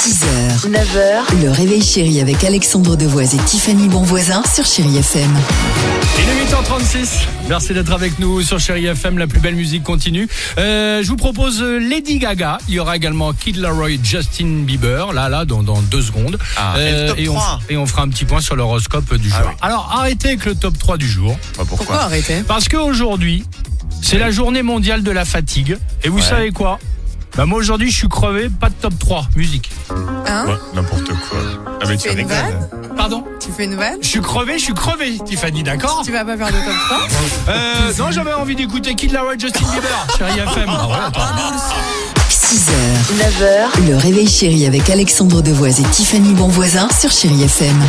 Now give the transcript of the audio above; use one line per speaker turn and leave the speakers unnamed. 6h, 9h, le réveil chéri avec Alexandre Devoise et Tiffany Bonvoisin sur Chéri FM.
Il est 8h36. Merci d'être avec nous sur Chéri FM, la plus belle musique continue. Euh, je vous propose Lady Gaga. Il y aura également Kid Laroi, Justin Bieber, là, là, dans, dans deux secondes. Euh,
Ah, et le top
et, on,
3.
et on fera un petit point sur l'horoscope du jour.
Ah oui.
Alors, arrêtez avec le top 3 du jour.
Bah, pourquoi,
Pourquoi arrêter
Parce qu'aujourd'hui, c'est la journée mondiale de la fatigue. Et vous
Ouais.
savez quoi bah moi aujourd'hui je suis crevé, pas de top 3, musique.
Hein
Ouais, N'importe quoi. Ah mais tu
fais une
rigoles.
Pardon
Tu fais une vanne
Je suis crevé, je suis crevé, Tiffany, d'accord
Tu vas pas faire de top 3
Euh, non, j'avais envie d'écouter Kid Laroi, Justin Bieber, Chérie FM. Ah ouais, attends.
6h, 9h, le réveil chéri avec Alexandre Devoise et Tiffany Bonvoisin sur Chéri FM.